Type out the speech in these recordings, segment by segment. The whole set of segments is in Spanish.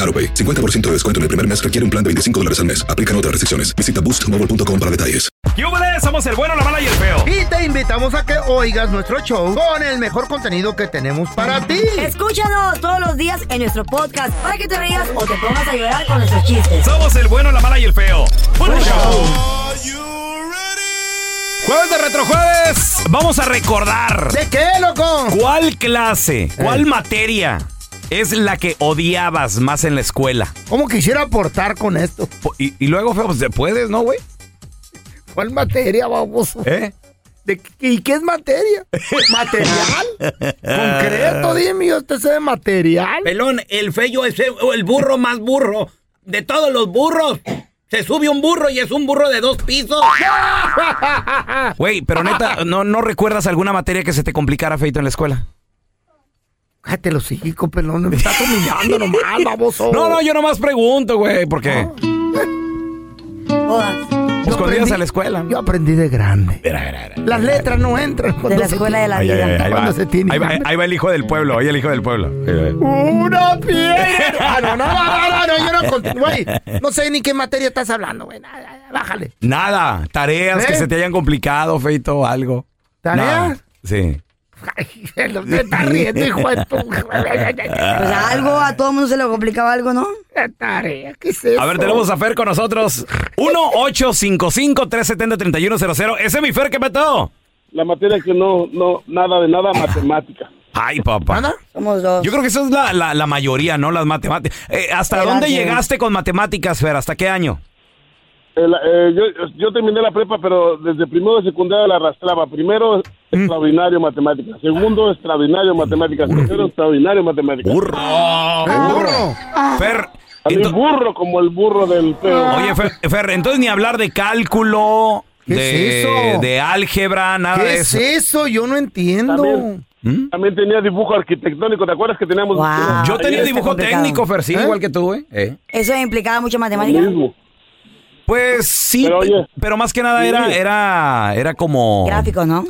AroPay. 50% de descuento en el primer mes requiere un plan de 25 dólares al mes. Aplican otras restricciones. Visita boostmobile.com para detalles. ¡Yúbales! Somos el bueno, la mala y el feo. Y te invitamos a que oigas nuestro show con el mejor contenido que tenemos para ti. Escúchanos todos los días en nuestro podcast para que te rías o te pongas a llorar con nuestros chistes. Somos el bueno, la mala y el feo. ¡Puro Puro show! Jueves de Retrojueves. Vamos a recordar. ¿De qué, loco? ¿Cuál Eh. clase, cuál materia es la que odiabas más en la escuela? ¿Cómo quisiera aportar con esto? Po- Y, y luego, feo, pues te puedes, ¿no, güey? ¿Cuál materia, baboso? ¿Eh? ¿De qué- ¿Y qué es materia? ¿Material? ¿Concreto? Dime, yo te sé de material. Pelón, el feo es el el burro más burro de todos los burros. Se sube un burro y es un burro de dos pisos. Güey, pero neta, ¿no, ¿no recuerdas alguna materia que se te complicara, feito, en la escuela? Cállate los hocico, pelón. Me estás humillando nomás, baboso. No, no, yo nomás pregunto, güey, porque Todas. pues, cuando ibas a la escuela. ah, Yo aprendí de grande. Mira, mira, mira. Las letras no entran cuando De la se escuela ti- de la Ahí, ahí, ahí, vida. ahí va. Cuando se tiene Ahí va, hambre. ahí va el hijo del pueblo, ahí el hijo del pueblo. ¡Una piedra! Ah, no, no, no, no, no, yo no conté, güey. No sé ni qué materia estás hablando, güey. Nada, nada, Bájale. Nada, tareas que ¿Eh? se te hayan complicado, feito, algo. ¿Tareas? Nada. Sí. Ay, te estás riendo, hijo de tu... Pues algo, a todo mundo se le complicaba algo, ¿no? ¿Qué tarea? ¿Qué es eso? A ver, tenemos a Fer con nosotros. 1-855-370-3100. Ese es mi Fer que metió. La materia que no, no, nada de nada matemática. Ay, papá. ¿Ana? Somos dos. Yo creo que esa es la, la- la mayoría, ¿no? Las matemáticas. Eh, ¿Hasta Gracias. dónde llegaste con matemáticas, Fer? ¿Hasta qué año? El- eh, yo, yo terminé la prepa, pero desde primero de secundaria la arrastraba. Mm. Primero, extraordinario matemática. Segundo, extraordinario matemática. Tercero, extraordinario matemática. Burro. Fer. También ento- burro, como el burro del feo. Oye, Fer, Fer, entonces ni hablar de Ah. cálculo, ¿Qué de, es eso? de álgebra, nada ¿Qué de es eso. eso? Yo no entiendo. También. También tenía dibujo arquitectónico. ¿Te acuerdas que teníamos Wow. ¿Mm? Yo tenía Está dibujo complicado. técnico, Fer, sí, ¿Eh? igual que tú, ¿eh? ¿eh? Eso implicaba mucha lo matemática. mismo? Pues sí, Pero, oye. pero más que nada era, era, era como... Oh. Gráficos, ¿no?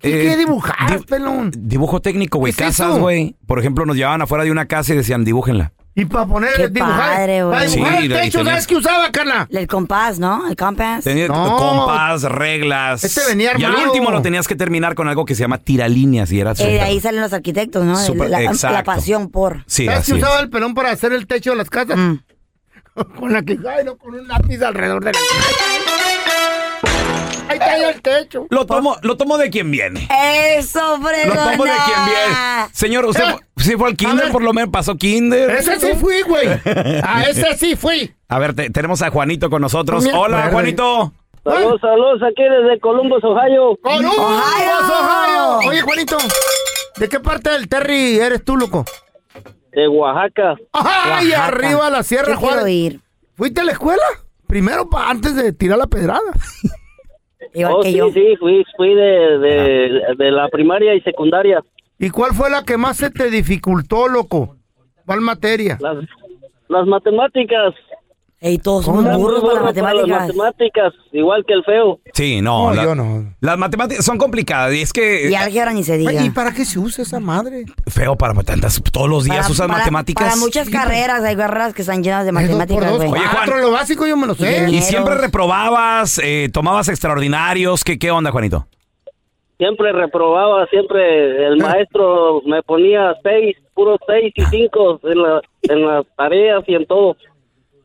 ¿Y eh, qué dibujabas, di- pelón? Dibujo técnico, güey. ¿Qué es Casas, eso? güey. Por ejemplo, nos llevaban afuera de una casa y decían, dibújenla. Y para poner, Qué dibujar, padre, güey. para dibujar Sí, el y techo, tenías- ¿sabes qué usaba, Carla? El compás, ¿no? El compás. Tenía Ah, No. compás, reglas. Este venía Y al armado. último lo tenías que terminar con algo que se llama tiralíneas y era Eh, de súper- ahí salen los arquitectos, ¿no? Súper- la, la exacto. pasión por. Sí, ¿Sabes así qué es. usaba el pelón para hacer el techo de las casas? Mm. Con la que, ay, no, con un lápiz alrededor de la Ahí está ahí el techo. Lo tomo, lo tomo de quien viene. Eso, Lo fregona. tomo de quien viene. Señor, usted Eh. sí fue al A kinder, ver. por lo menos pasó kinder. Ese sí fui, güey. A ese sí fui. A ver, te- tenemos a Juanito con nosotros. Mira, Hola, verde. Juanito. Saludos, saludos aquí desde Columbus, Ohio. ¡Con un Ohio. Ohio! Oye, Juanito, ¿de qué parte del Terry eres tú, loco? De Oaxaca. ¡Ay, Oaxaca. arriba la Sierra Yo quiero Juárez! ir. ¿Fuiste a la escuela? Primero, pa- antes de tirar la pedrada. Igual que yo. Oh, Ah. sí, fui, fui de, de, de la primaria y secundaria. ¿Y cuál fue la que más se te dificultó, loco? ¿Cuál materia? Las, las matemáticas. Ey, todos somos Muy burros para las bueno para las matemáticas. matemáticas, igual que el feo. Sí, no. No, la- yo no. Las matemáticas son complicadas y es que Y álgebra ni se diga. ¿Y para qué se usa esa madre? feo para tantas todos los días Para- usan para- matemáticas. Para muchas carreras, hay carreras que están llenas de Es dos por matemáticas, dos, güey. Oye, Juan. cuatro, lo básico yo me lo sé. y ingenieros. siempre reprobabas, eh, tomabas extraordinarios, ¿qué qué onda, Juanito? Siempre reprobaba, siempre el Ah. maestro me ponía seis, puros seis y cinco en, la- en las tareas y en todo.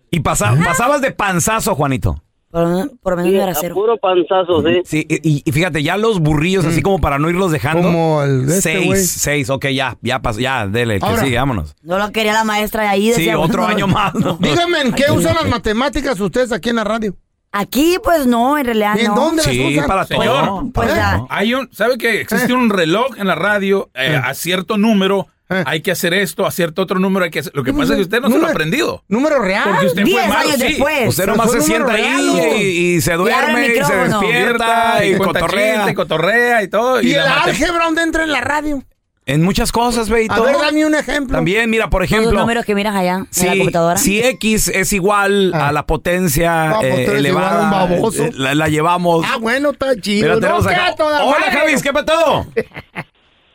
Y pasa- Ah. pasabas de panzazo, Juanito. Por, lo- por lo menos Sí, no era a cero. puro panzazo, sí. Sí, y, y fíjate, ya los burrillos, así como para no irlos dejando. Mm. Como el de este, seis, güey. seis, ok, ya, ya pasó, ya, dele, el que Ahora. sigue, vámonos. No lo quería la maestra de ahí. Sí, decía, otro bueno, año más. ¿no? Díganme, ¿en qué usan las matemáticas ustedes aquí en la radio? Aquí, pues no, en realidad ¿Y en no. dónde las Sí, usan? ¿Eh? para todo. Señor, Pues para la- todo. Hay un, ¿sabe que existe un reloj en la radio eh, a cierto número? Eh. Hay que hacer esto, a cierto otro número. Hay que hacer- Lo que pasa es que usted no se lo Número- ha aprendido. Número real. Porque usted fue Diez malo, años sí. después. Usted Pero nomás fue se un sienta número ahí real. y, y se abre duerme el y se micrófono. despierta y cotorrea. y cotorrea y Oh, todo. ¿Y, el la mate- álgebra dónde entra en la radio? En muchas cosas, A Beito. ver, dame un ejemplo. También, mira, por Todos los ejemplo, números que miras allá en la si, computadora. si X es igual Ah. a la potencia Ah, pues eh, tú eres elevada, igual a un baboso. eh, la, la llevamos. Ah, bueno, está Mira, chido. tenemos no, acá- queda toda Hola, madre. Javis, ¿qué pasó?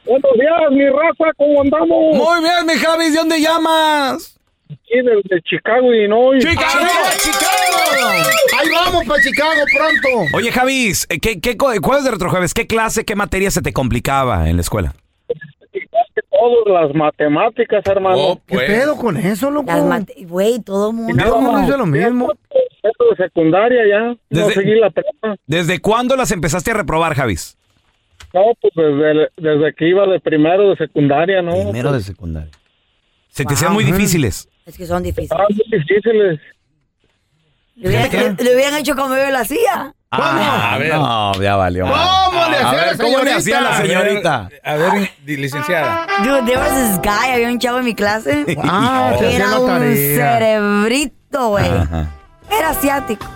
Buenos días, mi raza, ¿cómo andamos? Muy bien, mi Javis, ¿de dónde llamas? Aquí desde Chicago, Illinois. ¡Arriba, Ah, Chicago! Ahí vamos para Chicago pronto. Oye, Javis, eh, ¿qué, qué, co- ¿cuál es de retrojueves? ¿Qué clase, qué materia se te complicaba en la escuela? Todas las matemáticas, hermano. Oh, ¿Qué pues. pedo con eso, loco? Las mate- Güey, todo mundo. Todo el mundo hizo lo mismo. Eso de secundaria ya, no Desde- seguí la prepa. ¿Desde cuándo las empezaste a reprobar, Javis? No, pues desde, desde que iba de primero de secundaria, ¿no? de secundaria. Se te hacían muy difíciles. Es que son difíciles. Ah, Estaban muy difíciles. Le hubieran, le- le hubieran hecho como yo lo hacía. Ah, A ver. No, ya valió. ¿Cómo le A hacía ver, la ¿cómo le señorita? hacía la señorita? A ver, di- licenciada. Dude, there was this guy, había un chavo en mi clase. Ah, te que hacía era la un tarea. cerebrito, güey. Ajá. Era asiático.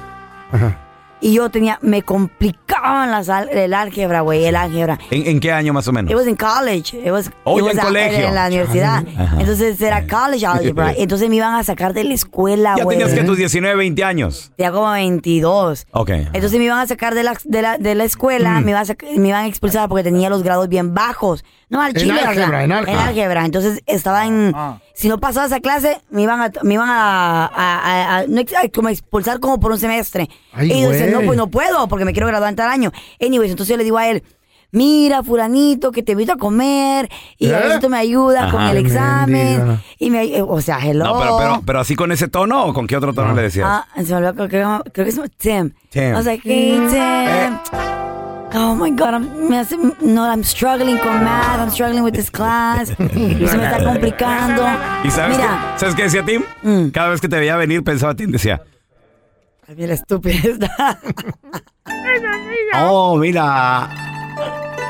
Y yo tenía, me complicaban las, al- el álgebra, güey, el álgebra. ¿En, en qué año más o menos? It was in college. It was, Oh, it ya was en a- colegio. En la universidad. Ajá. Entonces era college algebra. Entonces me iban a sacar de la escuela, ya güey. tenías que tus 19, 20 años. Tenía como 22. Ok. Entonces me iban a sacar de la, de la, de la Mm. escuela, me, iban a sac- me iban a expulsar porque tenía los grados bien bajos. No, al En chile. o sea, álgebra, en álgebra. Ah. álgebra. Entonces estaba en... Si no pasaba esa clase, me iban a... Me iban a, a- a- a- no ex- a- como expulsar como por un semestre. Ay, y yo decía, güey. no, pues no puedo porque me quiero graduar en tal año. Anyways, entonces yo le digo a él... Mira, fulanito, que te invito a comer y a ¿Eh? ver si tú me ayudas con Ajá. el Qué examen. mendiga. Y me, ay- o sea, hello. No, pero, pero, pero así con ese tono o con qué otro tono le decías? Ah, se me olvidó, creo que, creo que se llama Tim. Tim. Eh. I was like, hey, Tim. Oh my God, I'm, me hace- no, I'm struggling con math, I'm struggling with this class. se me está complicando. ¿Y sabes, Mira, qué, sabes qué decía Tim? Mm. Cada vez que te veía venir pensaba Tim, decía, Ay, mira, estúpida está. oh, mira,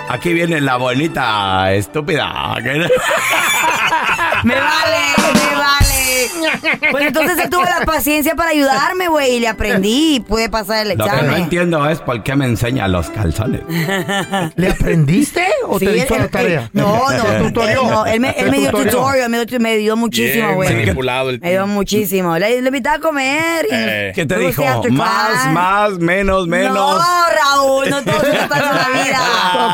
aquí viene la bonita estúpida. me vale, me vale. Pues entonces él tuvo la paciencia para ayudarme, güey, y le aprendí y pude pasar el Lo que no examen. entiendo es por qué me enseña los calzones. ¿Le aprendiste o Sí, te hizo él- la él- tarea? no, no, él- tutorial. no, él me, él me dio Tutorial. tutorial, me dio, me dio muchísimo, Bien güey. manipulado el Me dio muchísimo. Le, le invitaba a comer. y- Eh. ¿Qué te Tuesday dijo? after Más, class. más, menos, menos. No, Raúl, no todos están en la vida.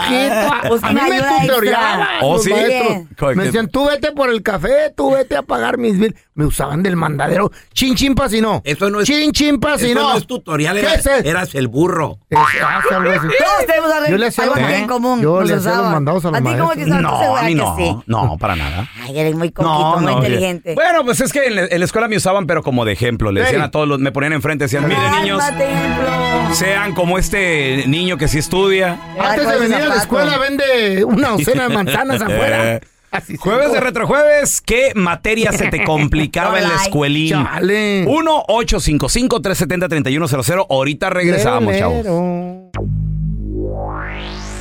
Poquito. Busca a mí me ayuda extra. tutoriaban ¿Oh, los sí? maestros. Joder, Me qué- decían, tú vete por el café, tú vete a pagar mis bill. Me usaban del mandadero. Chin, chin, pa' si no. Eso no es- Chin, chin, pa' si Eso no. no es tutorial, ¿Qué era- es eso? eras el burro. Es- ah, algo así. Todos tenemos algo, Yo le hacía algo los- en ¿eh? común. Yo nos le hacía los usaban. mandados a los ¿A ti cómo que maestros. sabes? Tú No, segura a mí que no, sí. no, para nada. Ay, eres muy coquito, muy oye. inteligente. Bueno, pues es que en la, en la escuela me usaban, pero como de ejemplo. Le Ey. decían a todos, los, me ponían enfrente, decían, miren niños, Cálmate, ejemplo. sean como este niño que sí estudia. Antes de Ay, venir a la zapato. escuela vende una docena de manzanas afuera. Eh. Jueves de retrojueves, ¿qué materia se te complicaba en la Ay, escuelín? Chale. 1-855-370-3100. Ahorita regresamos, chavos. Lero.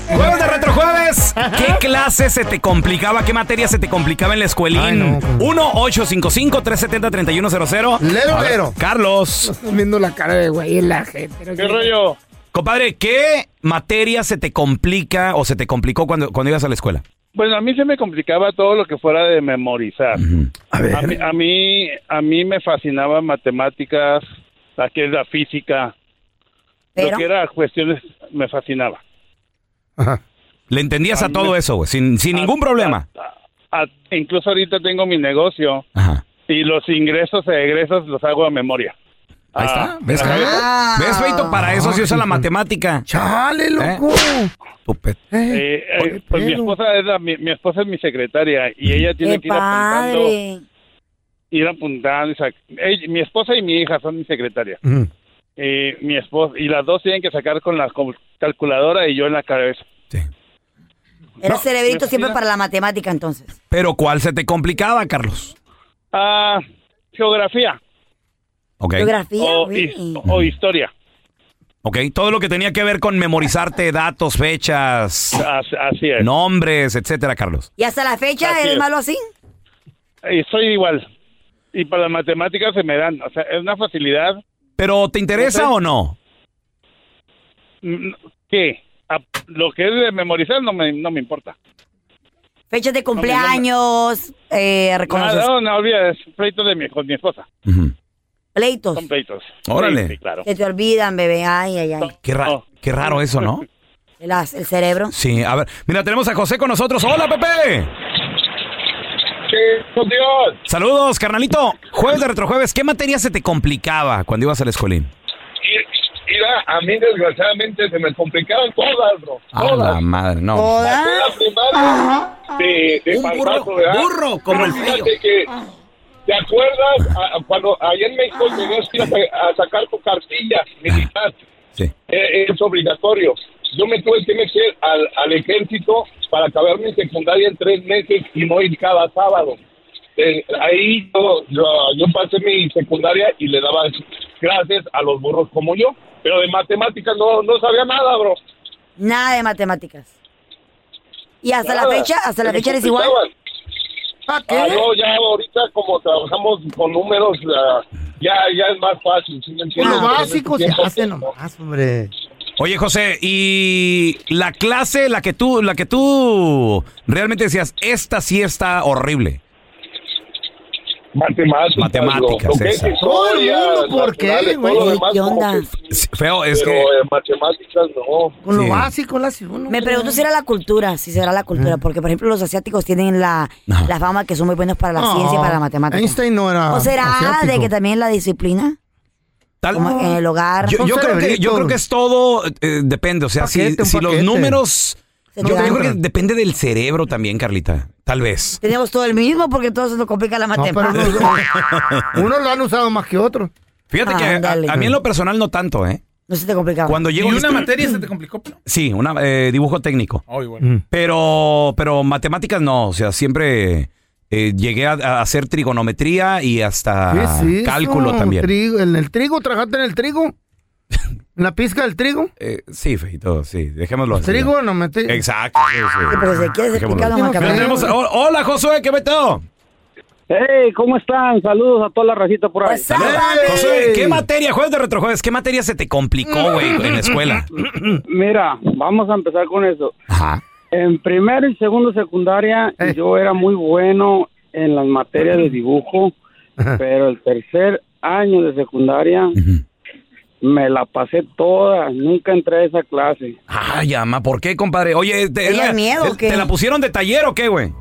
Jueves de retrojueves. ¿Qué clase se te complicaba? ¿Qué materia se te complicaba en la Ay, escuelín? no. 1-855-370-3100. Lero, A ver, lero. Carlos, Estoy viendo la cara de güey en la gente. ¿Qué rollo? compadre, ¿qué materia se te complica o se te complicó cuando, cuando ibas a la escuela? Bueno, a mí se me complicaba todo lo que fuera de memorizar. a, mí, a mí a mí me fascinaba matemáticas, la que es la física, lo Pero- que era cuestiones me fascinaba. Le entendías a todo eso, güey, sin, Ah, sin ningún problema. A- incluso ahorita tengo mi negocio y los ingresos e egresos los hago a memoria. Ah, Ahí está. ¿Ves, Feito? ¿Ves, Feito? Para eso se usa la matemática. ¡Chale, loco! Eh, eh, pues mi esposa, es la- mi, mi esposa es mi secretaria y ella tiene ¡Qué que ir apuntando, padre! ir apuntando. o sea, ella- mi esposa y mi hija son mi secretaria. Eh, mi esposa y las dos tienen que sacar con la com- calculadora y yo en la cabeza. Era cerebrito me siempre fascina. para la matemática entonces. Pero ¿cuál se te complicaba, Carlos? Ah, geografía Ok. o, his- o historia. Ok, todo lo que tenía que ver con memorizarte datos, fechas, nombres, etcétera, Carlos. ¿Y hasta la fecha Así eres es. malo así? Y eh, soy igual. Y para las matemáticas se me dan, o sea, es una facilidad. Pero ¿te interesa o no? Mm, ¿Qué? A- Lo que es de memorizar no me, no me importa. Fechas de cumpleaños, eh, reconoces No, no, no olvides, pleitos de mi, con mi esposa. pleitos. Son pleitos. Órale. Sí, sí, claro. Se te olvidan, bebé. Ay, ay, ay. Qué, ra- Oh. qué raro eso, ¿no? El, as- el cerebro. Sí, a ver, mira, tenemos a José con nosotros. ¡Hola, Pepe! Saludos, carnalito. Jueves de retrojueves, ¿qué materia se te complicaba cuando ibas al escolín? Mira, ah, a mí desgraciadamente se me complicaron todas, bro. A la madre, no. Pasé la primaria de, de Un burro, panzazo, ¿verdad? burro, como el Fíjate feo. que, ¿Te acuerdas a- a cuando allá en México Ah. tenías que ir a, sa- a sacar tu cartilla militar? Eh, es obligatorio. Yo me tuve que meter al, al ejército para acabar mi secundaria en tres meses y no ir cada sábado. Eh, ahí yo, yo, yo pasé mi secundaria y le daba clases a los burros como yo, pero de matemáticas no, no sabía nada, bro. Nada de matemáticas. ¿Y hasta la Nada. fecha? ¿Hasta la Se me fecha eres igual? complicaban. ¿Para Ah, no, ya ahorita como trabajamos con números, ah, ya, ya es más fácil. ¿sí me entiendes? Lo Pero en básico ese se tiempo, hace nomás, hombre. Oye, José, y la clase, la que tú, la que tú realmente decías, esta sí está horrible. Matemáticas. Matemáticas, lo que es esa. Todo el mundo, ¿por qué, naturales, güey? todo lo demás, ¿Qué onda? Feo, es Pero que. eh, matemáticas no. Con lo Sí. básico, la Me pregunto si era la cultura, si será la Ah. cultura, porque por ejemplo los asiáticos tienen la, la fama que son muy buenos para la No, ciencia y para la matemática. Einstein no era ¿O será asiático. de que también la disciplina? Tal- Como en el hogar. Yo, yo creo que, yo creo que es todo, eh, depende. O sea, si- Paquete, un si, los paquete. números. Se Yo, te yo dan. creo que depende del cerebro también, Carlita. Tal vez. Tenemos todo el mismo porque todo se nos complica la No, pero matemática. unos, unos lo han usado más que otros. Fíjate que a, a mí en lo personal no tanto, ¿eh? No se te complicaba. Cuando llego ¿Y a una histo- materia se te complicó? Sí, una, eh, dibujo técnico. Oh, igual. Mm. Pero, pero matemáticas no, o sea, siempre eh, llegué a, a hacer trigonometría y hasta ¿Qué es eso? Ah, cálculo también. Trigo- ¿En el trigo? ¿Trabajaste en el trigo? ¿En la pizca del trigo? Eh, sí, feito, sí, dejémoslo así. Trigo, no metí. Exacto. sí, sí. Sí, pero si quieres Dejémoslo. explicarlo, Juan Gabriel. Tenemos- ho- Hola, Josué, ¿qué meteo? Hey, ¿cómo están? Saludos a toda la racita por ahí. Pues, Saludos. Eh, Josué, ¿qué materia, jueves de retrojueves, qué materia se te complicó, güey, en la escuela? Mira, vamos a empezar con eso. Ajá. En primero y segundo secundaria Eh. yo era muy bueno en las materias de dibujo, pero el tercer año de secundaria me la pasé toda, nunca entré a esa clase. Ay, ama, ¿por qué, compadre? Oye, te, ¿Tenías la- miedo o te- qué? ¿te la pusieron de taller o qué, güey?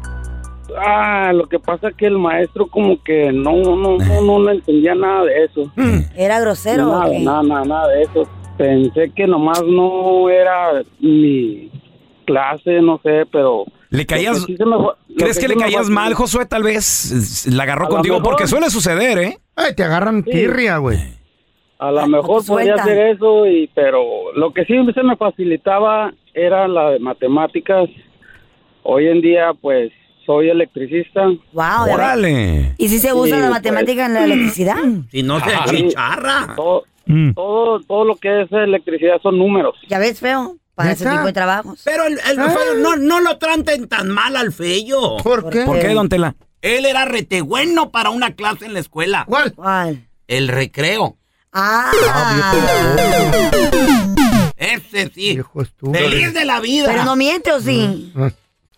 Ah, lo que pasa es que el maestro como que no no no no le entendía nada de eso. Era grosero. Nada, ¿o qué? nada, nada, nada de eso. Pensé que nomás no era mi clase, no sé, pero... ¿Le caías- lo que sí se me fue- lo ¿Crees que sí le se me caías fue- mal, Josué? Tal vez eh, la agarró A lo contigo, mejor. porque suele suceder, ¿eh? Ay, te agarran Sí. tirria, güey. A lo mejor podría sueltan. hacer eso, y pero lo que sí se me facilitaba era la de matemáticas. Hoy en día, pues, soy electricista. ¡Wow! ¿Y si se usa la matemática en la electricidad? Mm. Si no se achicharra. Todo, todo, todo lo que es electricidad son números. ¿Ya ves, feo? Para ese ¿Neta? tipo de trabajos. Pero el, el feo no, no lo traten tan mal al feo. ¿Por qué? Ah. ¿Por qué, don Tela? Él era rete bueno para una clase en la escuela. ¿Cuál? El recreo. Ah. Ese sí. Feliz de la vida. Pero no miente, ¿o sí? Ah.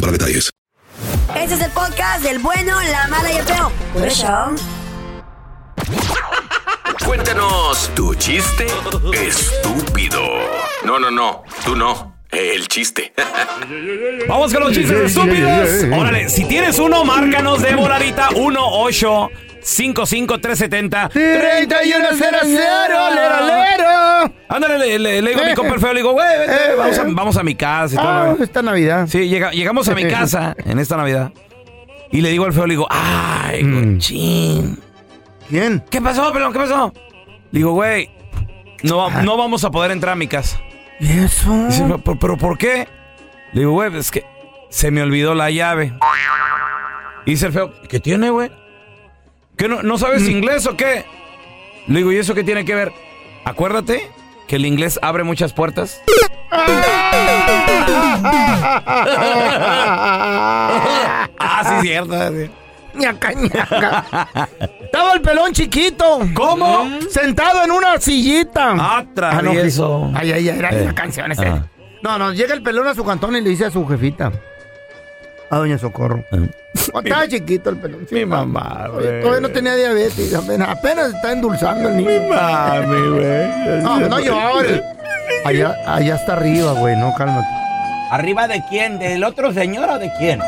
para detalles. Este es el podcast del bueno, la mala y el feo. Por eso. Cuéntanos tu chiste estúpido. No, no, no, tú no. El chiste. Vamos con los chistes estúpidos. Órale, si tienes uno, márcanos de voladita 18 55 370 lero, lero. Ándale, le, le- le digo a mi compa el feo, le digo, güey, vete, Eh, vamos, a, eh. vamos a mi casa y todo. Ah, ¿no? esta Navidad. Sí, llega- llegamos a mi casa en esta Navidad. Y le digo al feo, le digo, ay, cochín. Mm. ¿Quién? ¿Qué pasó, pelón? ¿Qué pasó? Le digo, güey, no, va- no vamos a poder entrar a mi casa. Ah. ¿Y eso? Dice, "Pero- ¿pero, pero por qué? Le digo, güey, es que se me olvidó la llave. Y dice el feo, ¿qué tiene, güey? ¿Qué no, no Mm. sabes inglés o qué? Le digo, ¿y eso qué tiene que ver? Acuérdate que el inglés abre muchas puertas. Ah, sí, cierto. Ñaca, ñaca. Estaba el pelón chiquito. ¿Cómo? Sentado en una sillita. Ah, travieso. Ay, ay, ay, era Eh. una canción esa. Ah. No, no, llega el pelón a su cantón y le dice a su jefita. A doña Socorro. "Oh, Estaba chiquito el pelón. Mi mamá, Todavía no tenía diabetes. Apenas, apenas está endulzando el niño. Mi mami, güey. No, no llores. Allá, allá está arriba, güey. No, cálmate. ¿Arriba de quién? ¿Del otro señor o de quién?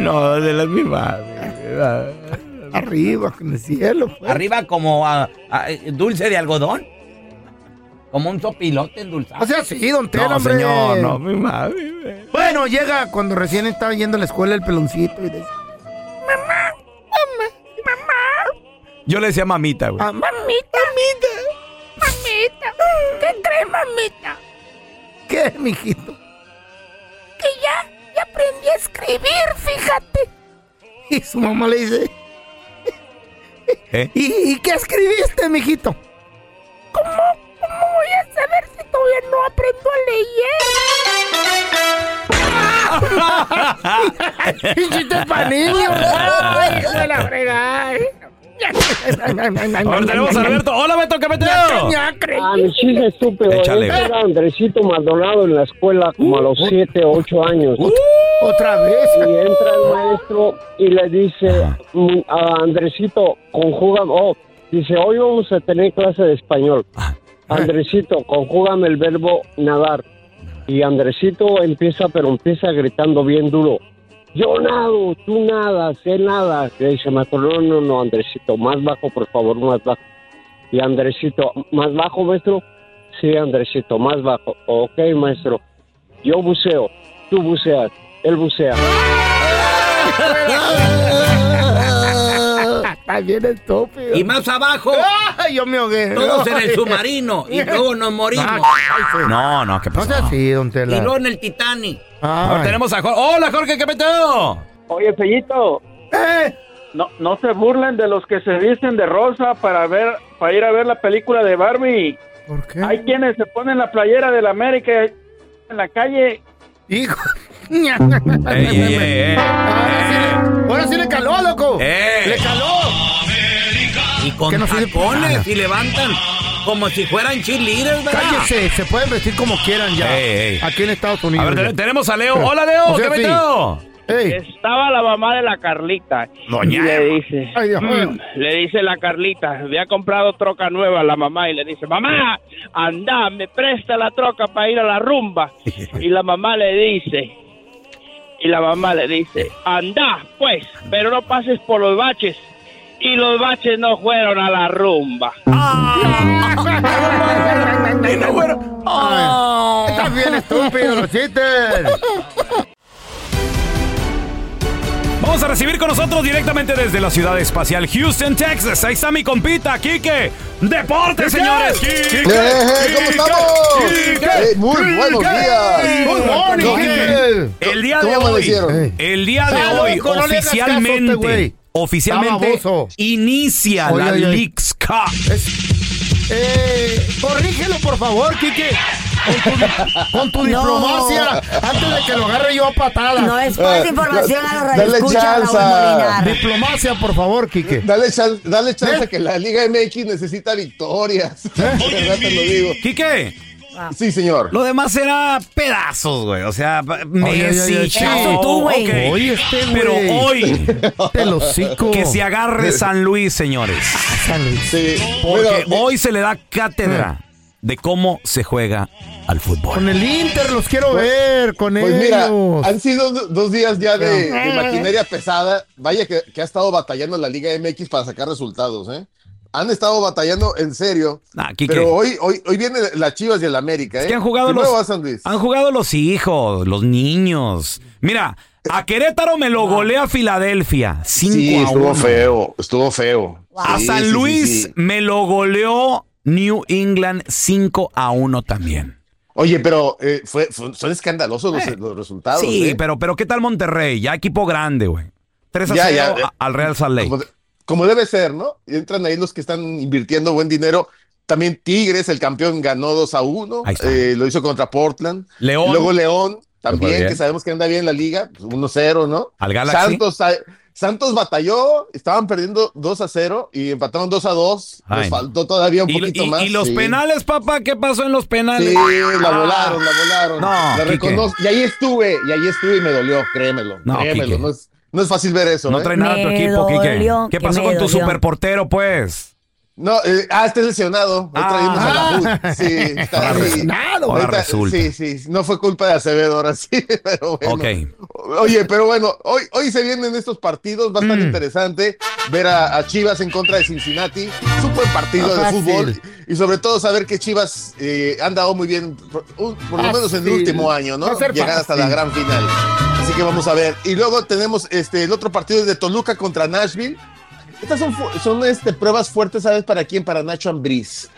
No, de la mi Arriba, en el cielo. ¿Arriba como ah, ah, dulce de algodón? ¿Como un sopilote endulzado? O sea, sí, don Tela, hombre. madre. Bueno, llega cuando recién estaba yendo a la escuela el peloncito y dice, Yo le decía mamita, güey. "Ah, mamita, Mamita. Mamita. ¿Qué crees, mamita? ¿qué, mijito? Que ya, ya aprendí a escribir, fíjate. Y su mamá le dice, ¿Eh? ¿Y, y qué escribiste, mijito? ¿Cómo, ¿Cómo voy a saber si todavía no aprendo a leer? ¡Chiste pa' niños! ¡Ay, hijo de la fregada! Ahora tenemos a Alberto. Hola, Beto, ¿qué meteo? Ah, mi chiste estúpido. Échale, Yo güey. era Andresito Maldonado en la escuela como a los Uh, 7, 8 años. Otra vez. Y entra el maestro y le dice mm, a Andresito, conjúgame, oh, dice, hoy vamos a tener clase de español. Ah, eh. Andresito, conjúgame el verbo nadar. Y Andresito empieza, pero empieza gritando bien duro. Yo nado, tú nadas, él nada. Le dice, maestro, no, no, no, Andresito, más bajo, por favor, más bajo. Y Andresito, ¿más bajo, maestro? Sí, Andresito, más bajo. Ok, maestro. Yo buceo, tú buceas, él bucea. Está bien estúpido. Y más abajo. Ay, yo me ahogué. Todos en el submarino. Y luego nos morimos. No, no, ¿qué No sea así, don Y Tela. luego en el Titanic. Ahora tenemos a Jorge. Hola, Jorge, ¿qué meteo? Oye, Fellito. No, no se burlen de los que se visten de rosa para ver, para ir a ver la película de Barbie. ¿Por qué? Hay quienes se ponen la playera de la América en la calle. Hijo. Ey, ey, ey, ey. Ahora sí le caló, loco. ¡Eh! Le caló. Y con Que no sirve para tacones Ah. nada. y levantan Como si fueran cheerleaders, ¿verdad? Cállense, se pueden vestir como quieran ya. Ey, ey. Aquí en Estados Unidos. A ver, ya. te- tenemos a Leo. Hola, Leo, ¿qué sí. metido? Estaba la mamá de la Carlita. Doña Y le Eva. dice, "Mm", le dice la Carlita, había comprado troca nueva la mamá y le dice, mamá, anda, me presta la troca para ir a la rumba. Y la mamá le dice, y la mamá le dice, anda, pues, pero no pases por los baches. Y los baches no fueron a la rumba. Estás bien estúpido, los chistes. Vamos a recibir con nosotros directamente desde la ciudad espacial Houston, Texas. Ahí está mi compita, Quique. Deporte, señores. Quique. Eh, ¿Cómo Quique, estamos? Quique, Eh, muy buenos Quique. días. Good morning, Don Quique. Miguel. El día de ¿Cómo hoy, amanecieron? el día de Está hoy, loco, no le hagas caso a este oficialmente, güey. oficialmente Está baboso. inicia Oye, la oye, oye. Leagues Cup. Eh, corrígelo, por favor, Quique. Con tu, con tu No. diplomacia, antes de que lo agarre yo a patadas. Eh, No es falsa información a los Eh, Dale radioescuchas, chance. Raúl Molinar. Diplomacia, por favor, Quique. ¿Eh? Dale chance, dale chance que la Liga MX necesita victorias. De verdad te lo digo. Quique. Sí, señor. Lo demás era pedazos, güey. O sea, pa- Messi, ay, ay, Chao, Eso tú, güey. ok. Oye, este güey. Pero hoy, Te lo cico. que se agarre San Luis, señores. Sí. Porque Mira, de- hoy se le da cátedra Mm. de cómo se juega al fútbol. Con el Inter los quiero Pues- ver, con Pues mira, ellos. han sido do- dos días ya de, de maquinaria pesada. Vaya que, que ha estado batallando la Liga MX para sacar resultados, ¿eh? Han estado batallando en serio. Nah, Quique. pero hoy, hoy, hoy vienen las Chivas y el América, ¿eh? Es que han jugado Primero los va San Luis. han jugado los hijos, los niños. Mira, a Querétaro me lo golea Filadelfia. 5 Sí, a estuvo uno. feo, estuvo feo. A Sí, sí, San sí, Luis sí. me lo goleó New England 5 a 1 también. Oye, pero eh, fue, fue- son escandalosos los, los resultados. Sí, ¿eh? pero, pero ¿qué tal Monterrey? Ya equipo grande, güey. 3 a Ya, 0 ya, pues, ya. a- al Real Salt Lake. Como, de- como debe ser, ¿no? Y entran ahí los que están invirtiendo buen dinero. También Tigres, el campeón, ganó 2 a 1. Ahí está. lo hizo contra Portland. León. Luego León, fue también, bien. que sabemos que anda bien la liga. pues, 1-0, ¿no? Al Galaxy. Santos, a- Santos batalló, estaban perdiendo 2 a 0 y empataron 2 a 2. Ay, Les no. faltó todavía un Y- poquito y, más. y los sí. penales, papá, ¿qué pasó en los penales? Sí, la Ah. volaron, la volaron. No, la Quique. reconozco. Y ahí estuve, y ahí estuve y me dolió, créemelo. No, Quique. créemelo. No es, no es fácil ver eso. No ¿eh? trae nada tu equipo, Quique. dolió, ¿Qué que pasó me con tu dolió. superportero, pues? No, eh, ah, está lesionado. Hoy traímos a la JUD. Sí, Ah. está Ahora ahí. resulta. Ahora Ahorita- resulta. Sí, sí, no fue culpa de Acevedo ahora sí, pero bueno. Ok. Oye, pero bueno, hoy, hoy se vienen estos partidos, va a estar Mm. interesante ver a, a Chivas en contra de Cincinnati. Es un buen partido de Fácil. fútbol y sobre todo saber que Chivas eh, ha andado muy bien, por, un- por lo menos en el Fácil. último año, ¿no? Va a ser Llegar hasta la fácil. gran final. Así que vamos a ver. Y luego tenemos este, el otro partido de Toluca contra Nashville. Estas son, fu- son este, pruebas fuertes, ¿sabes para quién? Para Nacho Ambriz.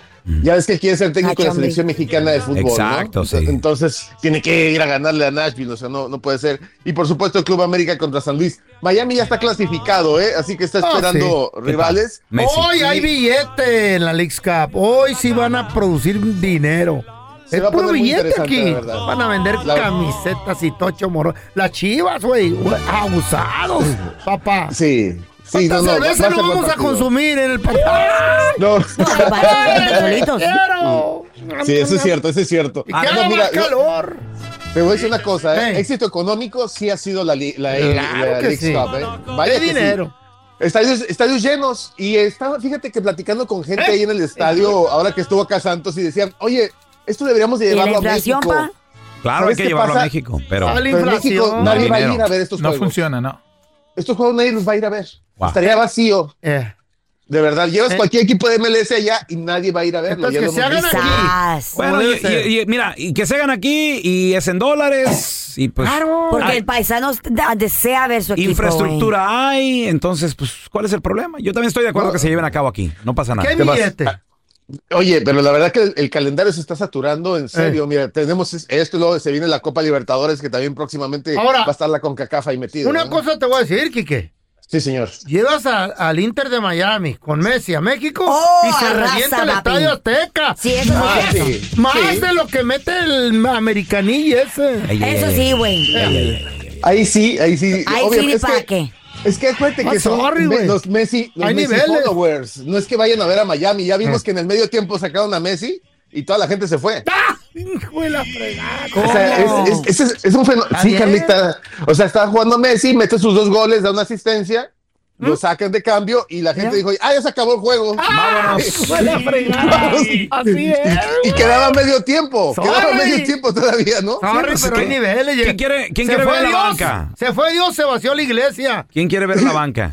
Ya ves que quiere ser técnico de Mm. Nacho la Ambriz. selección mexicana de fútbol. ¿no? Exacto, sí. Entonces tiene que ir a ganarle a Nashville, o sea, no, no puede ser. Y por supuesto el Club América contra San Luis. Miami ya está clasificado, ¿eh? Así que está Ah, esperando sí. rivales. Hoy Sí, hay billete en la League Cup. Hoy sí van a producir dinero. Se es va a puro poner muy billete interesante, aquí. la verdad. Van a vender La- camisetas y tocho moro. Las chivas, güey. Abusados, papá. Sí. Sí, Esta no, no, va- va cerveza a no ser buen vamos a partido. consumir en el partido. No. quiero. Mm. Sí, eso es cierto, eso es cierto. que haga más calor. Te voy a decir una cosa, ¿eh? éxito económico sí ha sido la, li- la, Claro la que Leagues sí. Cup, ¿eh? Vaya Hay que sí. dinero. Estadios, estadios llenos y estaba, fíjate que platicando con gente ahí en el estadio, ahora que estuvo acá Santos y decían, oye, esto deberíamos de ¿Y la llevarlo a inflación, México. pa? Claro, hay ¿Sabes que qué llevarlo a pasa? México, pero. Pero en México nadie va a ir a ver estos No juegos. funciona, no. Estos juegos nadie los va a ir a ver. Wow. Estaría vacío. Eh. De verdad, llevas Eh. cualquier equipo de MLS allá y nadie va a ir a verlo. Entonces, ya que lo se hemos hagan aquí. visto. Bueno, y- y- y- mira, y que se hagan aquí y es en dólares y pues. Porque hay el paisano da- desea ver su equipo. infraestructura hay, entonces pues ¿cuál es el problema? Yo también estoy de acuerdo que se lleven a cabo aquí, no pasa nada. ¿Qué Te vas- billete? Oye, pero la verdad que el, el calendario se está saturando, en serio. Mira, tenemos es- esto, luego se viene la Copa Libertadores, que también próximamente Ahora, va a estar la CONCACAF ahí metida. Una ¿no? cosa te voy a decir, Quique. Sí, señor. Llevas a- al Inter de Miami con Messi a México y se arrasa, revienta el Oh, papi. Estadio Azteca. Sí, eso más, sí es eso. más Sí. de lo que mete el americanillo ese. Eso sí, güey. Ahí sí, ahí sí. Ahí sí Obvio, ni es pa' que qué. Es que acuérdate Ah, que son sorry, me- güey. los Messi, los Hay Messi niveles. followers. No es que vayan a ver a Miami. Ya Ah. vimos que en el medio tiempo sacaron a Messi y toda la gente se fue. ¡Ah! Hijo de la fregada. O sea, es, es- es- es- es un fenómeno. Sí, bien. Carlita. O sea, está jugando Messi, mete sus dos goles, da una asistencia, ¿Mm? lo sacan de cambio y la gente dijo, ah, ya se acabó el juego. Vámonos. Vamos. Buena Ah, fregada. Así es, Y, y quedaba medio tiempo. Sorry. Quedaba medio tiempo todavía, ¿no? Sorry, pero hay niveles. ¿Quién ya. quiere- quién Se quiere fue ver la Dios. banca? Se fue Dios, se vació la iglesia. ¿Quién quiere ver la banca?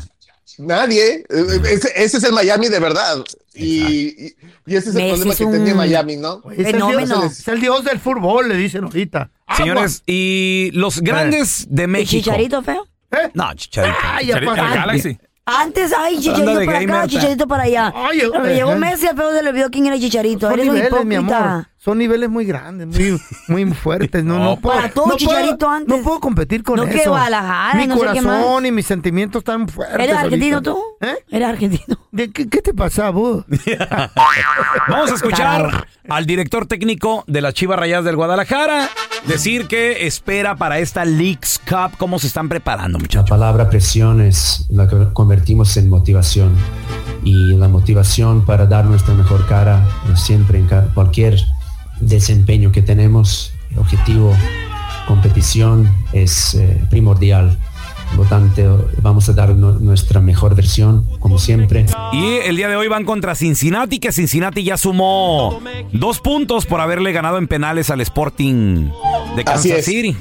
Nadie. Eh, Ese, ese es el Miami de verdad. Y, y- y ese es el Messi problema es que un tenía Miami, ¿no? Pues, Es el, dios, es el dios del fútbol, le dicen ahorita. Señores, y los grandes de México. Chicharito feo? ¿Eh? No, Chicharito. Ah, ya Chicharito, pasó. el Galaxy. Antes, ay, Anda chicharito de para gamer, acá, ta. chicharito para allá. Ay, Pero eh, llegó eh. Messi, al pedo se le olvidó quién era chicharito. Son Eres un niveles, mi amor. hipócrita. Son niveles muy grandes, muy, muy fuertes. No, no, puedo. Para todo no chicharito puedo, antes. No puedo competir con No, eso. que Guadalajara, Mi no sé qué corazón más. y mis sentimientos tan fuertes. ¿Eres argentino ahorita. tú? ¿Eh? ¿Eres argentino? ¿De qué, qué te pasa, vos? Vamos a escuchar al director técnico de las Chivas Rayadas del Guadalajara decir que espera para esta Leagues Cup, cómo se están preparando, muchachos. La palabra presiones la co- convertimos en motivación y la motivación para dar nuestra mejor cara eh, siempre en ca- cualquier desempeño que tenemos, objetivo, competición es eh, primordial. Por lo tanto, vamos a dar nu- nuestra mejor versión como siempre. Y el día de hoy van contra Cincinnati, que Cincinnati ya sumó dos puntos por haberle ganado en penales al Sporting de Así Kansas es. City.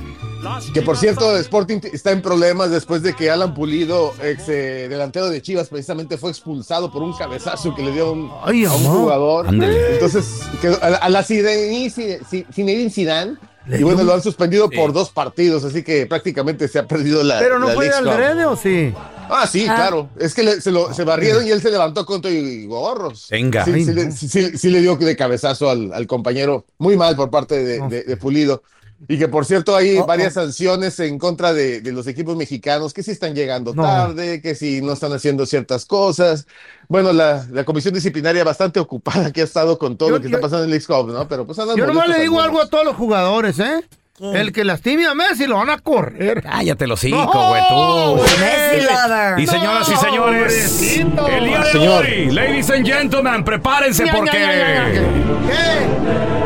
Que por cierto, Sporting está en problemas después de que Alan Pulido, ex eh, delantero de Chivas, precisamente fue expulsado por un cabezazo que le dio un- Ay, a un amor. jugador. Ándale. Entonces, quedó- a, a la Zidane, Zidane- Zinedine Zidane. Le Y bueno, dio lo han suspendido Sí. por dos partidos, así que prácticamente se ha perdido la. Pero no la fue Leagues Cup. al o sí. Ah, sí, Ah. claro. Es que le- se, lo, se barrieron y él se levantó con todo y gorros. Venga. Sí, Ay, sí no. le, sí- sí- sí le dio de cabezazo al, al compañero. Muy mal por parte de, de- de Pulido. Y que por cierto hay varias sanciones en contra de, de los equipos mexicanos, que si están llegando tarde, que si no están haciendo ciertas cosas. Bueno, la, la comisión disciplinaria bastante ocupada que ha estado con todo lo que está pasando en el x ¿no? Pero pues andan Yo nomás molestos le digo algo algunos. a todos los jugadores, ¿eh? El que lastime a Messi lo van a correr. Cállate los No, cinco, güey, tú. Messi lover. Y señoras y No, señores, pobrecito. el día de Señor. hoy, ladies and gentlemen, prepárense Ya, ya, porque ya, ya,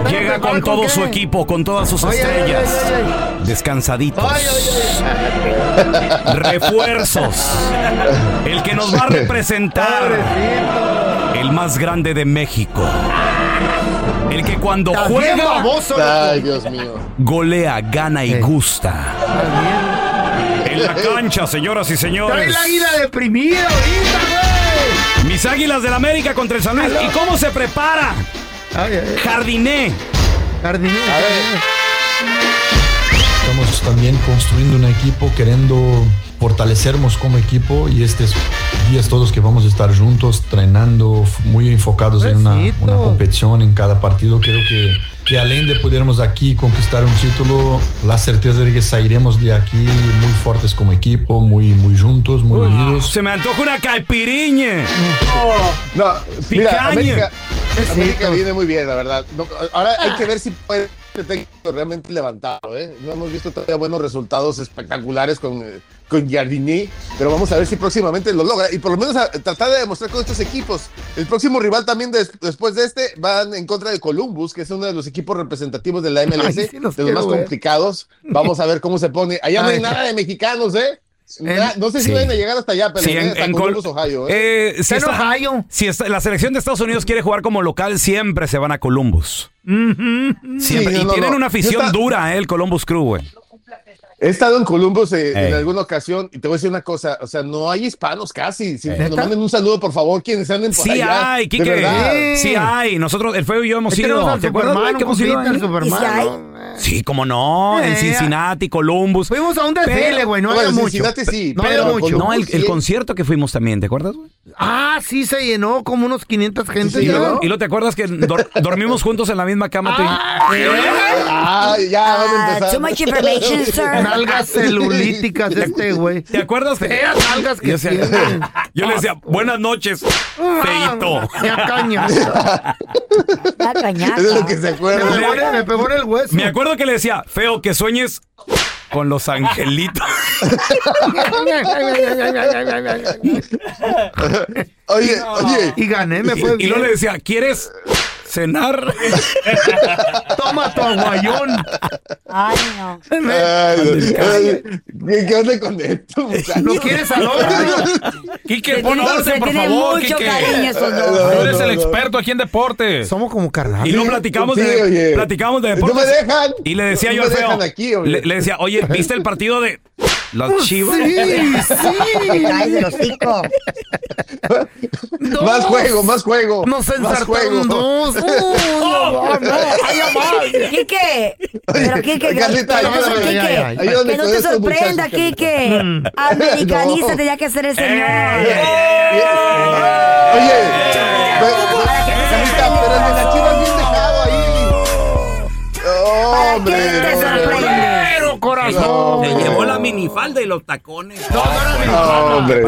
llega con todo su equipo, con todas sus Oye, estrellas, oye, oye, descansaditos, Ay, ay, refuerzos, el que nos va a representar, el más grande de México, el que cuando Estás bien juega, baboso, loco. Ay, Dios mío. Eh. golea, gana y gusta. En la cancha, señoras y Trae señores. la águila deprimida ahorita, güey. Mis Águilas del América contra el San Luis. ¿Y cómo se prepara? Jardiné. Jardiné. Estamos también construyendo un equipo, queriendo fortalecernos como equipo y estos días todos que vamos a estar juntos, entrenando, f- muy enfocados en una, una competición, en cada partido, creo que, que além de podermos aquí conquistar un título, la certeza de que saliremos de aquí muy fuertes como equipo, muy, muy juntos, muy unidos. Se me antoja una caipiriñe. No, mira, Picaña. América, Es América cierto. viene muy bien, la verdad. No, ahora Ah. hay que ver si puede este técnico realmente levantarlo, ¿eh? No hemos visto todavía buenos resultados espectaculares con, eh, con Giardini, pero vamos a ver si próximamente lo logra. Y por lo menos a- tratar de demostrar con estos equipos. El próximo rival también des- después de este van en contra de Columbus, que es uno de los equipos representativos de la MLS, Ay, sí los de los más quiero ver. complicados. Vamos a ver cómo se pone. Allá no Ay. hay nada de mexicanos, ¿eh? Na- no sé si sí. van a llegar hasta allá, pero Sí, vienen en- hasta en Col- Columbus, Ohio. ¿eh? Eh, si En está- Ohio. si está- la selección de Estados Unidos quiere jugar como local, siempre se van a Columbus. Siempre. Sí, y no, no, tienen no. una afición Yo esta- dura, eh, el Columbus Crew, güey. He estado en Columbus eh, en Ey. alguna ocasión y te voy a decir una cosa, o sea, no hay hispanos casi. Si ¿Neta? nos manden un saludo, por favor, quienes anden por Sí allá. hay, de Quique. verdad. Sí hay. Nosotros, el feo y yo hemos Ahí ido. tenemos al ¿Te acuerdas, güey, Superman, que hemos un ido compita, ahí? el Superman, ¿Y si hay? Sí, cómo no. Eh, en Cincinnati, Columbus. Fuimos a un desfile, güey, no Pero- había Bueno, mucho. Cincinnati sí, No había pero mucho. No, el, el Sí. concierto que fuimos también, ¿te acuerdas, güey? Ah, sí, se llenó como unos 500 gente. y, ¿no? luego, y luego te acuerdas que dor- dormimos juntos en la misma cama. tú y- Ah, ya, vamos a empezar. too much information, sir. Nalgas celulíticas de este güey. ¿Te acuerdas? Feas nalgas que Yo, decía- tiene. yo le decía, buenas noches, feito. Ya caña. Eso es lo que se acuerda. Me pegó en el- me pegó en el hueso. Me acuerdo que le decía, feo, que sueñes con los angelitos. Oye, oye. Y gané, me fue Y bien. no le decía, ¿quieres cenar? Toma tu aguayón. Ay, no. Ay, ay, ¿Qué qué onda con esto, ¿No quieres al otro? Quique, Se pon tiene- orden, se por tiene favor, mucho Quique. cariño esos dos. Tú eres No, el no, no. experto aquí en deportes. Somos como carnales. Y no platicamos Ah, Sí, de, oye. platicamos de No deportes. me dejan. Y le decía No yo me al feo, dejan aquí, oye. le, le decía, oye, ¿viste el partido de Oh, las chivas? Cállate, hocico. Más juego, más juego. Nos más ensartaron dos. no, no, ay, amor. Quique, pero Quique, que no- Carlita, pero no ayúdame, seas Quique, ayúdame, ayúdame, ayúdame que no con te estos sorprenda, muchachos, Quique. Mm. Americanista No. tenía que ser el señor. Eh, Oye, Carlita, pero el de las chivas bien dejado ahí. Hombre. Pero corazón. Le llevó la minifalda y los tacones. Ah, No, No, hombre.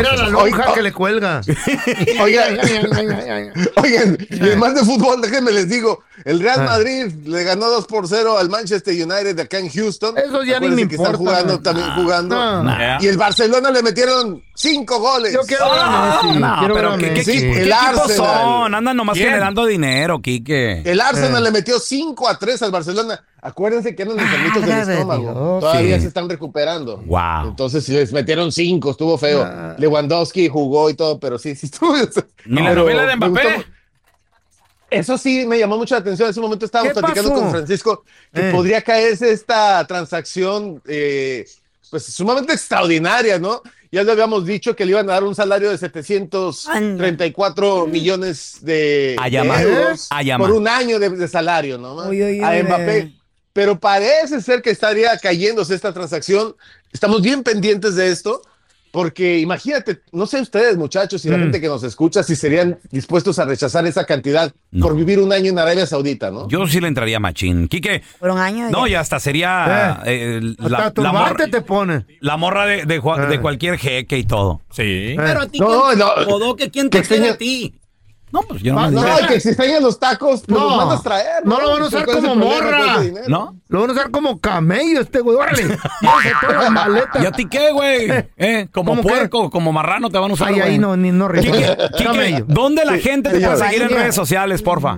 Era la lonja que le cuelga. Oigan, oigan, Eh. y el más de fútbol, déjenme les digo, el Ah. Real Madrid le ganó 2 por 0 al Manchester United de acá en Houston. Eso ya ni Acuérdense me Ah. que están importa, jugando, no. también jugando. no. Y el Barcelona le metieron 5 goles. Yo quiero ver a Messi, No, quiero pero ver a ¿qué- Ah. ¿Qué, equipo- qué el equipos son? Arsenal. Andan nomás ¿Quién? generando dinero, Quique. El Eh. Arsenal le metió 5 a 3 al Barcelona. Acuérdense que eran Ah, enfermitos del estómago. Todavía Sí. se están recuperando. Wow. Entonces sí, les metieron 5, estuvo feo. Ah. Lewandowski jugó y todo, pero sí, sí estuvo. ¿Y la Pero novela de me gustó Mbappé? mu- Eso sí me llamó mucho la atención. En ese momento estábamos ¿Qué platicando pasó? Eh. con Francisco que podría caerse esta transacción, eh, pues sumamente extraordinaria, ¿no? Ya le habíamos dicho que le iban a dar un salario de 734 millones de, A de llamar. euros A llamar. por un año de, de salario, ¿no? uy, a uy. Mbappé. Pero parece ser que estaría cayéndose esta transacción. Estamos bien pendientes de esto. Porque imagínate, no sé ustedes, muchachos, y Mm. la gente que nos escucha, si serían dispuestos a rechazar esa cantidad por vivir un año en Arabia Saudita, ¿no? Yo sí le entraría machín. Quique, Fueron años. no, y hasta sería eh, la, Hasta la morra, turbante te pone. la morra de, de Juan- de cualquier jeque y todo. Sí. Pero a ti, Eh, No, ¿quién- no. Bodoque, ¿quién te Que quiere extraña- a ti? Yo Ah, me- No, y que si extrañan los tacos, pues No, los mandas traer. no lo van a usar ¿Cuál es el como problema con morra? ese dinero? ¿No? Lo van a usar como camello este güey. Órale. Llévese toda la maleta. ¿Y a ti qué, güey? ¿Eh? Como ¿Cómo qué? puerco, como marrano te van a usar. Ay, güey. ahí no, ni, no ríe. Quique, Quique, Camello. ¿dónde la Sí, gente te señor. puede seguir en Ahí, redes sociales, porfa?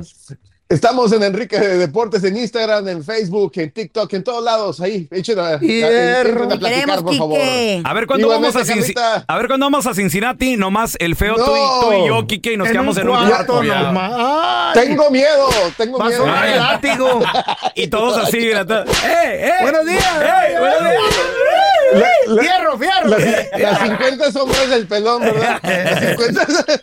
Estamos en Enrique Deportes, en Instagram, en Facebook, en TikTok, en todos lados. Ahí, echen a, Y a- de- entren a platicar, por favor. este A ver cuándo vamos Igualmente, a Cincinnati. Carlita. A ver cuándo vamos a Cincinnati, nomás el feo No. tú, y, tú y yo, Quique, y nos En quedamos un en un cuarto cuarto. nomás. Tengo miedo, tengo Va a miedo. sonar el látigo. Y todos así, mira, to- ¡Eh, Buenos días. La- la- Fierro, fierro. Las, las 50 sombras del pelón, ¿verdad? Las 50